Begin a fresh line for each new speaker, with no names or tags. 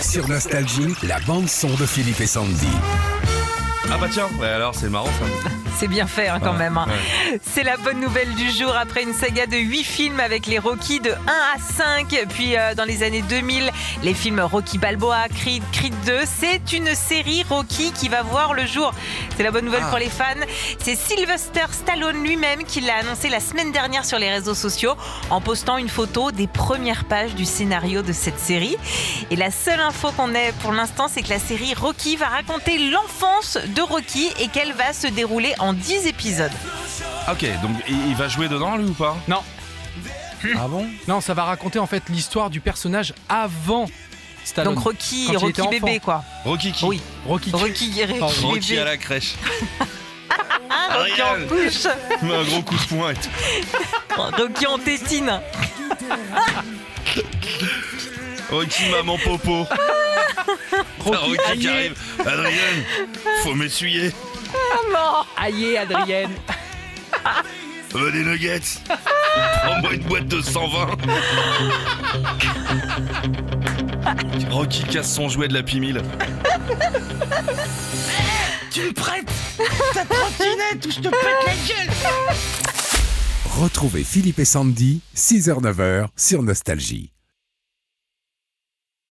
Sur Nostalgie, la bande-son de Philippe et Sandy.
Ah bah tiens, ouais, alors c'est marrant ça.
C'est bien fait hein, quand
Ouais,
même. hein.
ouais.
C'est la bonne nouvelle du jour après une saga de 8 films avec les Rocky de 1 à 5. Puis euh, dans les années 2000, les films Rocky Balboa, Creed, Creed 2. C'est une série Rocky qui va voir le jour. C'est la bonne nouvelle pour les fans. C'est Sylvester Stallone lui-même qui l'a annoncé la semaine dernière sur les réseaux sociaux en postant une photo des premières pages du scénario de cette série. Et la seule info qu'on ait pour l'instant, c'est que la série Rocky va raconter l'enfance de Rocky et qu'elle va se dérouler en 10 épisodes.
Ok, donc il, il va jouer dedans lui ou pas
Non,
Ah bon
non, ça va raconter en fait l'histoire du personnage avant Stallone.
Donc Rocky,
Quand il
Rocky
était enfant.
bébé quoi.
Rocky qui
Oui, Rocky.
Rocky guéri.
Oh,
Rocky
Rocky à
bébé.
la crèche.
Ah, Rocky en
Ariel.
couche.
Il met un gros coup de poing et tout.
Rocky en tétine.
Rocky maman popo. Rocky,
Rocky,
qui
aïe,
arrive. Adrien, faut m'essuyer.
aïe, Adrienne.
Veux des nuggets Prends-moi une boîte de 120. Rocky casse son jouet de la pimille.
Retrouvez Philippe et Sandy, 6h-9h, sur Nostalgie.